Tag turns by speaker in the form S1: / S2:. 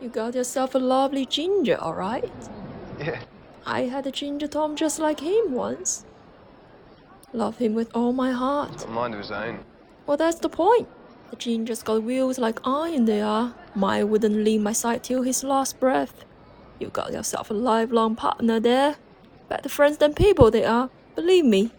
S1: You got yourself a lovely ginger, all right?
S2: Yeah.
S1: I had a ginger Tom just like him once. Love him with all my heart.
S2: Got a mind of his own.
S1: Well, that's the point. The ginger's got wheels like iron they are. Mine wouldn't leave my side till his last breath. You got yourself a lifelong partner there. Better friends than people they are, believe me.